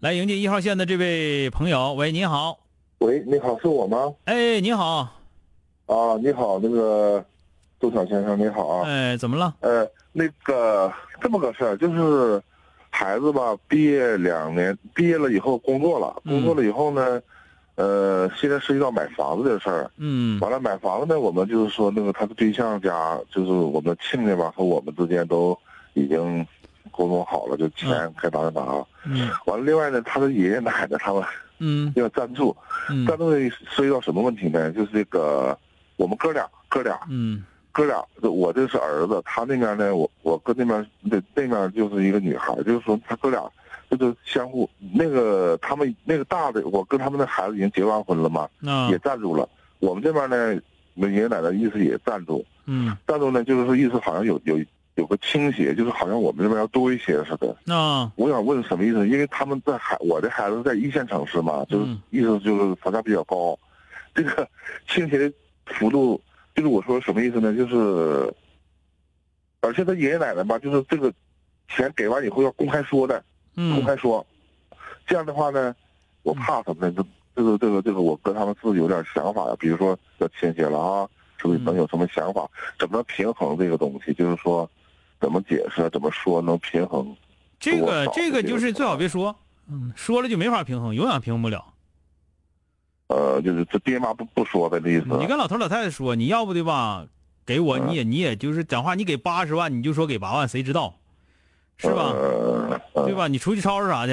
来迎接一号线的这位朋友，喂，你好，喂，你好，是我吗？哎，你好，啊，你好，那个杜小先生，你好啊。哎，怎么了？呃，那个这么个事儿，就是孩子吧，毕业两年，毕业了以后工作了，嗯工作了以后呢，呃，现在涉及到买房子的事儿。嗯完了，买房子呢，我们就是说那个他的对象家，就是我们亲家吧和我们之间都已经沟通好了，就钱该咋咋咋。嗯啊完了，另外呢，他的爷爷奶奶他们嗯要赞助，嗯战斗力涉及到什么问题呢？就是这个，我们哥俩，哥俩，嗯哥俩，我这是儿子，他那边呢，我我哥那边那那边就是一个女孩，就是说他哥俩就是相互那个他们那个大的，我跟他们的孩子已经结完婚了嘛，啊也赞助了。我们这边呢，我爷爷奶奶意思也赞助，嗯赞助呢就是说意思好像有有有个倾斜，就是好像我们这边要多一些似的。那我想问什么意思？因为他们在孩我的孩子在一线城市嘛，就是嗯意思就是房价比较高，这个 倾斜的幅度，就是我说什么意思呢？就是，而且他爷爷奶奶吧，就是这个钱给完以后要公开说的，公嗯开说，这样的话呢，我怕什么呢？这这个这个这个，我跟他们自己有点想法呀，比如说要倾斜了啊，是不是嗯能有什么想法？怎么平衡这个东西？就是说，怎么解释啊？怎么说能平衡？这多个少这个这个啊就是情最好况别说，嗯，说了就没法平衡，永远平衡不了。呃，就是这爹妈不不说的这意思。你跟老头老太太说，你要不的吧，给我，嗯你也你也就是讲话，你给八十万，你就说给八万，谁知道，是吧？呃、对吧？你出去吵吵啥去？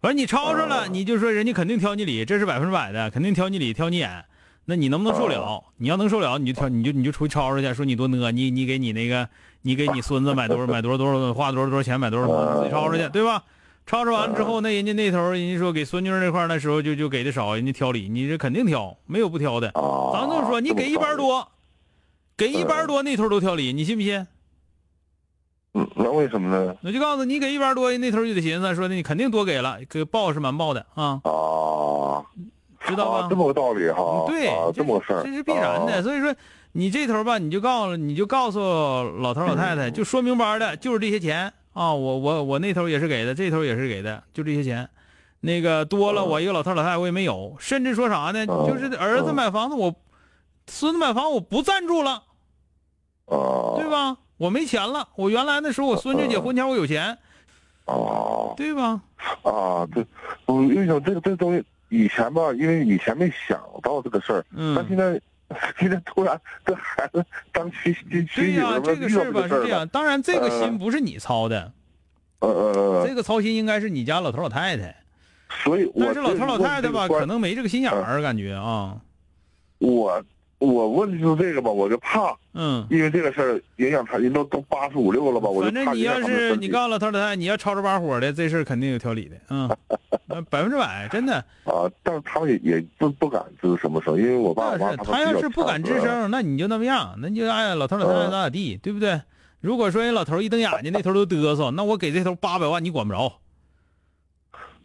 反正你吵吵了，呃你就说人家肯定挑你理，这是百分之百的，肯定挑你理，挑你眼。那你能不能受了？你要能受了，你就挑，你就你就出去吵吵去，说你多呢，你你给你那个，你给你孙子买多少买多少多少，花多少多少钱买多少房子，呃自己吵吵去，对吧？吵吵完了之后，那人家那头儿人家说给孙女儿那块儿那时候就就给的少，人家挑理，你这肯定挑，没有不挑的。啊，咱这么说，你给一般般。多，给一般多那头都挑理，你信不信？嗯，那为什么呢？我就告诉你，给一般多那头就得寻思说你肯定多给了，给报是瞒报的啊，啊，知道吧嗯啊、这么个道理哈。对啊，，这这么个事儿，这是必然的。啊所以说，你这头吧，你就告诉你就告诉老头老太太，就说明白了，就是这些钱啊，我我我那头也是给的，这头也是给的，就这些钱。那个多了，嗯我一个老头老太太我也没有，甚至说啥呢？嗯就是儿子嗯买房子，我孙子买房我不赞助了。啊，对？吧？我没钱了，我原来那时候我孙女结婚前我有钱，哦啊对吧？啊，对，我为什么这个这个东西以前吧，因为以前没想到这个事儿，但现嗯，在现在突然这孩子当娶娶对娶女呀、儿吧，这个遇事到儿吧是个事儿这样，了。当然这个心嗯不是你操的，呃呃，呃这个操心应该是你家老头老太太，所以我但是老头老太太吧，这个观嗯可能没这个心眼儿，感觉啊，我我问的就是这个吧，我就怕嗯，因为这个事儿影响他，人都都八十五六了吧，我就反正怕你影响要他们的是身你体告诉老头老太太，你要吵吵把火的，这事儿肯定有条理的，嗯， 呃百分之百真的。啊，但是他们也也不不敢吱什么声，因为我那爸我妈是他们他要比较是不敢吱强势啊，声，那你就那么样，那你就哎老头老太太嗯咋咋地，对不对？如果说人老头一瞪眼睛，那头都嘚瑟，那我给这头八百万，你管不着，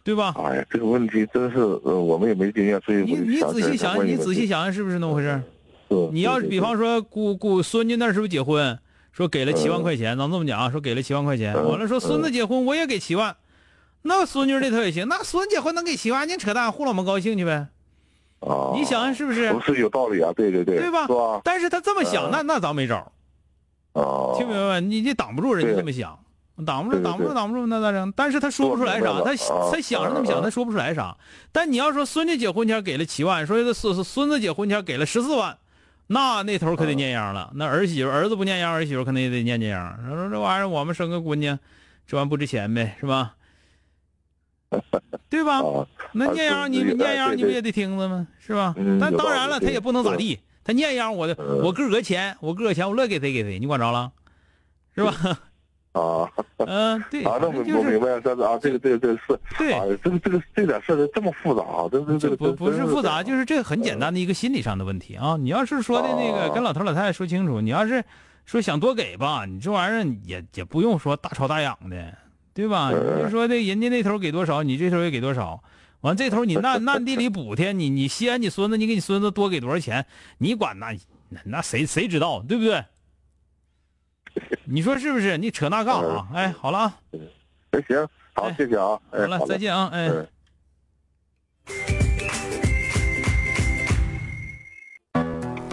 对吧？哎呀，这个问题真是呃，我们也没经验，所以你你我就仔细想想起来想，问你一问仔细想想，是不是那么回事？是 你要是对比对方说姑姑孙女那时候结婚，说给了七万嗯块钱，咱这么讲啊，说给了七万块钱，嗯完了说孙子结婚我也给七万，那孙女那头也行，那孙结婚能给七万，你扯淡，糊弄我们高兴去呗？对啊，你想想是不是不？是有道理啊？对对对，对是吧吧？嗯但是他这么想，那那咱没招儿。啊，听明白没？你这挡不住人家对这么想，挡不住，对对挡不住，对挡不住，那咋整？但是他说不出来啥，我明白他了啊他想是那么啊想，啊他说不出来啥。但你要说孙家姐婚前给了七万，说孙孙子姐婚前给了十四万，那那头可得念秧啊了。那儿媳妇儿子不念秧，儿媳妇可能也得念念秧。他说这玩意儿我们生个姑娘，这玩意儿不值钱呗，是 吧？对吧？啊，那啊念秧对你对念哎秧对你不对也得听着吗？是吧？嗯但有当道然理了，他对也不能咋地，他念秧我的嗯我个个钱，我个个钱我乐给谁给谁，你管着了，是吧？啊 嗯，对，啊，那反我正我就明是白了，这啊，这个这个这个是对啊，，这个这个这点事儿这么复杂啊，这这这这个嗯不不是复杂，就是是这很简单的一个心理上的问题啊。你要是说的那个哦跟老头老太太说清楚，你要是说想多给吧，你这玩意儿也也不用说大吵大嚷的，对吧？嗯你就说的人家那头给多少，你这头也给多少。完这头你 暗暗地里补贴你，你稀罕你孙子，你给你孙子多给多少钱，你管那那那谁谁知道，对不 对？你说是不是？你扯那干啥？哎，好了啊，哎行，好，哎谢谢啊，好嗯哎，了，再见啊，哎。嗯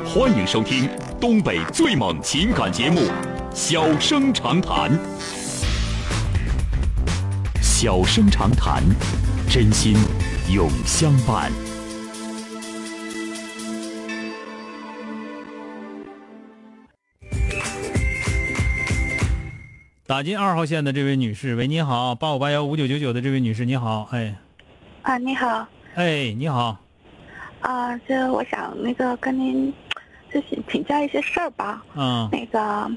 欢迎收听东北最猛情感节目《小生长谈》。小生长谈，真心永相伴。打进二号线的这位女士，喂，你好，八五八幺五九九九的这位女士，你好，哎，啊，你好，哎，你好，啊，这我想那个跟您，就是请教一些事儿吧。嗯那个，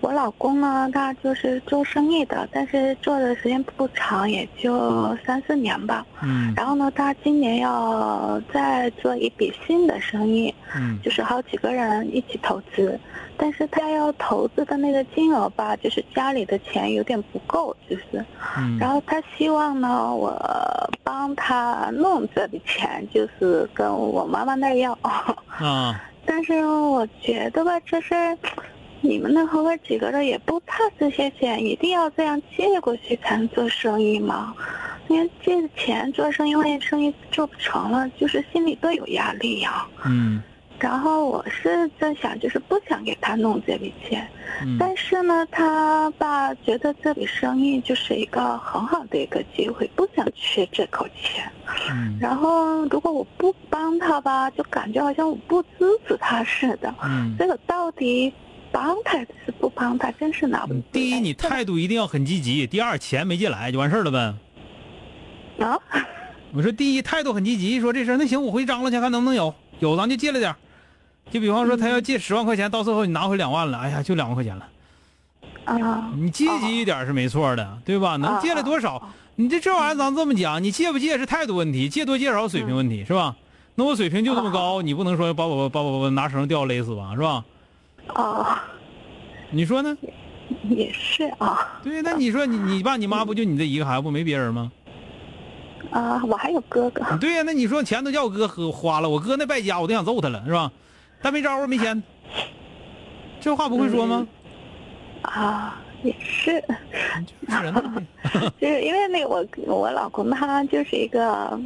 我老公呢，他就是做生意的，但是做的时间不长，也就三四年吧。嗯然后呢，他今年要再做一笔新的生意，嗯就是好几个人一起投资，但是他要投资的那个金额吧，就是家里的钱有点不够，就是。嗯然后他希望呢，我帮他弄这笔钱，就是跟我妈妈那儿要。 啊，但是我觉得吧，这事儿你们那合伙几个人也不怕这些钱，一定要这样借过去才能做生意吗？因为借钱做生意，万一生意做不成了，就是心里都有压力呀、嗯然后我是在想，就是不想给他弄这笔钱，嗯但是呢，他爸觉得这笔生意就是一个很好的一个机会，不想缺这口钱。嗯然后如果我不帮他吧，就感觉好像我不支持他似的。嗯，这个到底帮他还是不帮他，真是嗯拿不出来。第一，你态度一定要很积极；第二，钱没借来就完事儿了呗。啊，我说第一，态度很积极，说这事儿那行，我回去张罗去看能不能有，有咱就借了点儿。就比方说他要借十万块钱，到最后你拿回两万了，哎呀，就两万块钱了。啊，你积极一点是没错的，对吧？能借了多少？你这这玩意儿咱这么讲，你借不借是态度问题，借多借少水平问题、是吧？那我水平就这么高，你不能说把我把我把我拿绳吊勒死吧，是吧？哦，你说呢？也是啊，对，那你说你你爸你妈不就你这一个孩子，不没别人吗？啊，我还有哥哥，对呀、那你说钱都叫我哥喝花了，我哥那败家，我都想揍他了，是吧？但没招啊儿，没钱，这话不会说吗？啊，也是。就是人呢，就是因为那个我我老公他就是一个，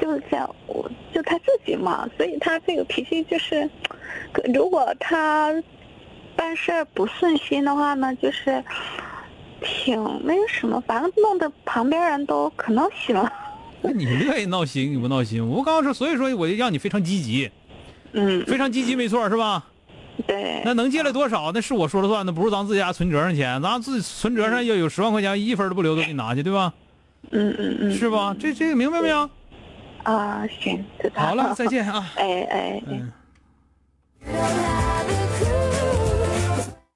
就是像我就他自己嘛，所以他这个脾气就是，可如果他办事儿不顺心的话呢，就是挺那个什么，反正弄得旁边人都可闹心了。 那你乐意闹心，你不闹心。我刚刚说，所以说我就让你非常积极，嗯，非常积极，没错，是吧？对，那能借来多少？那是我说了算，那不是咱自己家存折上钱，咱自己存折上要有十万块钱，一分都不留都给你拿去，对吧？嗯嗯嗯，是吧？这这个明白没有？啊，行，知道好了，再。见啊！ 哎哎哎，嗯， Cool.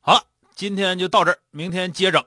好了，今天就到这儿，明天接整。